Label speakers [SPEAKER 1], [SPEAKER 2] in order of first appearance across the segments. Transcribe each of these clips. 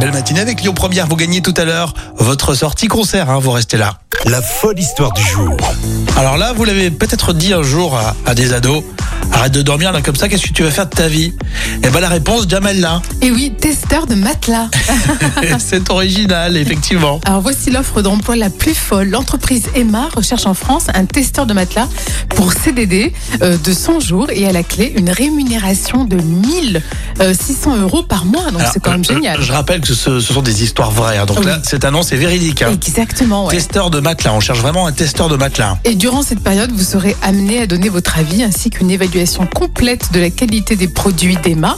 [SPEAKER 1] Belle matinée avec Lyon Première. Vous gagnez tout à l'heure votre sortie concert. hein, vous restez là.
[SPEAKER 2] La folle histoire du jour.
[SPEAKER 1] Alors là, vous l'avez peut-être dit un jour à, à des ados. Arrête de dormir là comme ça. Qu'est-ce que tu vas faire de ta vie Eh ben la réponse, Jamel là.
[SPEAKER 3] Et oui, testeur de matelas.
[SPEAKER 1] C'est original, effectivement.
[SPEAKER 3] Alors voici l'offre d'emploi la plus folle. L'entreprise Emma recherche en France un testeur de matelas pour CDD euh, de 100 jours et à la clé une rémunération de 1600 euros par mois. Donc
[SPEAKER 1] Alors,
[SPEAKER 3] Ah, c'est quand même
[SPEAKER 1] je-
[SPEAKER 3] génial.
[SPEAKER 1] Je, rappelle que ce, ce sont des histoires vraies. hein. Donc
[SPEAKER 3] Oui.
[SPEAKER 1] là, cette annonce est véridique. hein.
[SPEAKER 3] Exactement. ouais.
[SPEAKER 1] Testeur de matelas. On cherche vraiment un testeur de matelas.
[SPEAKER 3] Et durant cette période, vous serez amené à donner votre avis ainsi qu'une évaluation complète de la qualité des produits d'Emma.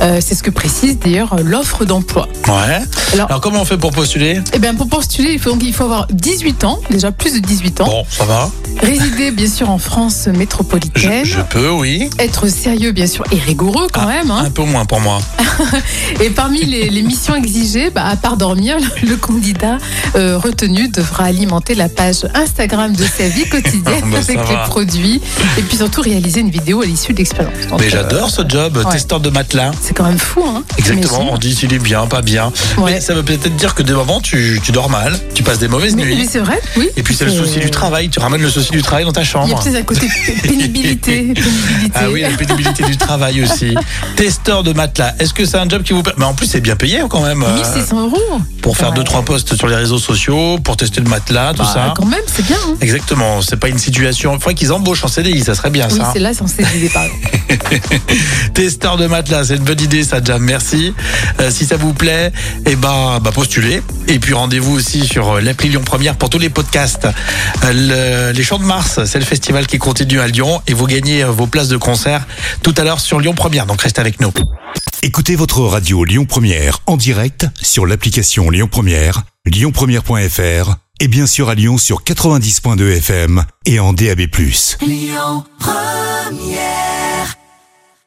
[SPEAKER 3] Euh, c'est ce que précise d'ailleurs euh, l'offre d'emploi.
[SPEAKER 1] Ouais. Alors,
[SPEAKER 3] Alors-
[SPEAKER 1] comment on fait pour postuler
[SPEAKER 3] Et bien pour postuler, il faut, donc, il faut avoir 18 ans, déjà plus de 18 ans,
[SPEAKER 1] Bon, ça va.
[SPEAKER 3] résider bien sûr en France
[SPEAKER 1] Je,
[SPEAKER 3] métropolitaine.
[SPEAKER 1] je peux, oui.
[SPEAKER 3] Être sérieux, bien sûr, et rigoureux quand
[SPEAKER 1] Ah,
[SPEAKER 3] même. hein.
[SPEAKER 1] Un peu moins pour moi.
[SPEAKER 3] Et parmi les, les missions exigées, bah, à part dormir, le, le candidat euh, retenu devra alimenter la page Instagram de sa vie quotidienne
[SPEAKER 1] Bah, ça
[SPEAKER 3] avec
[SPEAKER 1] va.
[SPEAKER 3] les produits et puis surtout réaliser une vidéo à l'issue de l'expérience. Donc,
[SPEAKER 1] Mais
[SPEAKER 3] euh,
[SPEAKER 1] j'adore ce job,
[SPEAKER 3] ouais.
[SPEAKER 1] testeur de matelas.
[SPEAKER 3] C'est quand même fou, hein
[SPEAKER 1] Exactement, on
[SPEAKER 3] t'imagines
[SPEAKER 1] dit s'il est bien, pas bien.
[SPEAKER 3] Ouais.
[SPEAKER 1] Mais ça veut peut-être dire que des moments, tu, tu dors mal, tu passes des mauvaises
[SPEAKER 3] Mais, mais
[SPEAKER 1] nuits.
[SPEAKER 3] c'est vrai, oui.
[SPEAKER 1] Et puis c'est le souci du travail, tu ramènes le souci du travail dans ta
[SPEAKER 3] Il y a
[SPEAKER 1] chambre.
[SPEAKER 3] peut-être un côté pénibilité. pénibilité.
[SPEAKER 1] Ah oui, la pénibilité du travail aussi. Testeur de matelas, est-ce que c'est un job qui vous plaît Mais en plus, c'est bien payé quand même. euh,
[SPEAKER 3] 1600 euros.
[SPEAKER 1] pour faire
[SPEAKER 3] Ouais.
[SPEAKER 1] 2 trois posts sur les réseaux sociaux, pour tester le matelas, tout
[SPEAKER 3] Bah,
[SPEAKER 1] ça.
[SPEAKER 3] Quand même, c'est bien. hein.
[SPEAKER 1] Exactement, c'est pas une situation. Il faudrait qu'ils embauchent en CDI, ça serait bien
[SPEAKER 3] oui,
[SPEAKER 1] Ah, ça.
[SPEAKER 3] c'est là censé des par exemple.
[SPEAKER 1] Testeur de matelas, c'est une bonne idée ça déjà, merci. Euh, si ça vous plaît, eh ben, bah, postulez. Et puis rendez-vous aussi sur euh, l'appli Lyon Première pour tous les podcasts. Euh, le- les Champs de Mars, c'est le festival qui continue à Lyon et vous gagnez euh, vos places de concert tout à l'heure sur Lyon Première, donc restez avec nous.
[SPEAKER 2] Écoutez votre radio Lyon Première en direct sur l'application Lyon Première, lyonpremière.fr et bien sûr à Lyon sur 90.2 FM et en DAB+.